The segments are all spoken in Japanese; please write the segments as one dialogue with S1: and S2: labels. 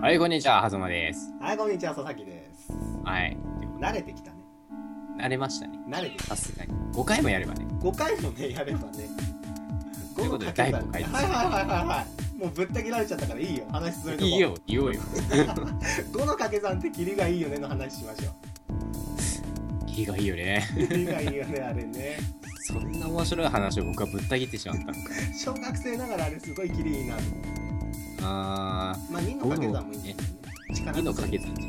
S1: はい、こんにちは、はずまです。
S2: はい、こんにちは、佐々木です。
S1: はい。でも
S2: 慣れてきたね。
S1: 慣れましたね。
S2: 慣れてきた。
S1: さすがに。5回もやればね。
S2: 5回もね、やればね。
S1: ということで
S2: 5回か
S1: 第五回で
S2: け
S1: す
S2: たはいはいはいはいはい。もうぶった切られちゃったからいいよ。話するとこ
S1: いい。よ、言おうよ。
S2: 5の掛け算ってキリがいいよねの話しましょ
S1: キリがいいよね。
S2: う。キリがいいよね、あれね。
S1: そんな面白い話を僕はぶった切ってしまったのか。
S2: 小学生ながらあれすごいキリいいなと思う。
S1: あ
S2: まあ、2の掛け算もいいんだけ
S1: ー、
S2: どね。
S1: 2の掛け
S2: 算。
S1: 算じ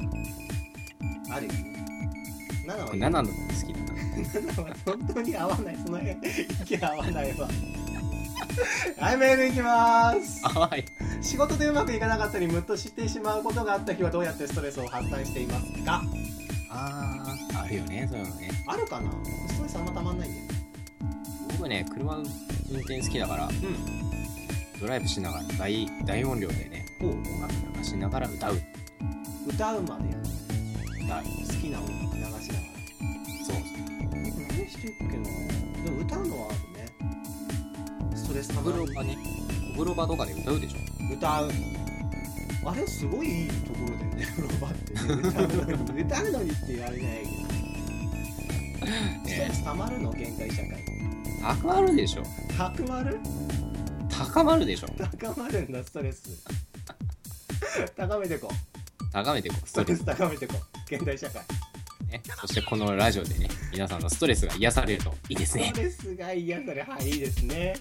S1: ゃん。
S2: あるよね。7はいい。
S1: 7の好きだな。
S2: 7は本当に合わない。その辺、息合わないわ。はい、メールいきます。
S1: あ、はい。
S2: 仕事でうまくいかなかったりムッとしてしまうことがあった日はどうやってストレスを発散していますか
S1: あー、あるよね、そういうのね。
S2: あるかなストレスあんまたまんないんだよね
S1: 僕ね、車の運転好きだから、ドライブしながら大大音量でね、
S2: うんほ
S1: 音楽流しながら歌う。
S2: う歌うまで
S1: 歌う。
S2: 好きな音楽流しなが
S1: そう。
S2: らえ何してるっけなでも歌うのはあるねストレスた
S1: お
S2: ま
S1: 風
S2: る
S1: 呂場ね、お風呂場とかで歌うでしょ。
S2: 歌うあれすごいいいところだよね 風呂場ってね歌うのに歌うのにって言われないけどストレ
S1: ね
S2: スたまるの現代社会
S1: 高まるでしょ。
S2: 高まる
S1: 高まるでしょ。
S2: 高まるんだストレス高めてこう
S1: 高めていこう、ス
S2: ス
S1: ト
S2: ト
S1: レ
S2: レ
S1: ス
S2: ス。高めてこう現代社会
S1: ね、そしてこのラジオでね、皆さんのストレスが癒されるといいですね
S2: ス。トレスが嫌それはいいいですね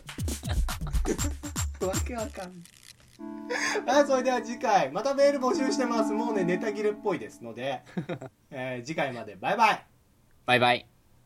S2: わけわかんないあそれでは次回またメール募集してますもうねネタ切れっぽいですので、えー次回までバイバイ
S1: バイバイ。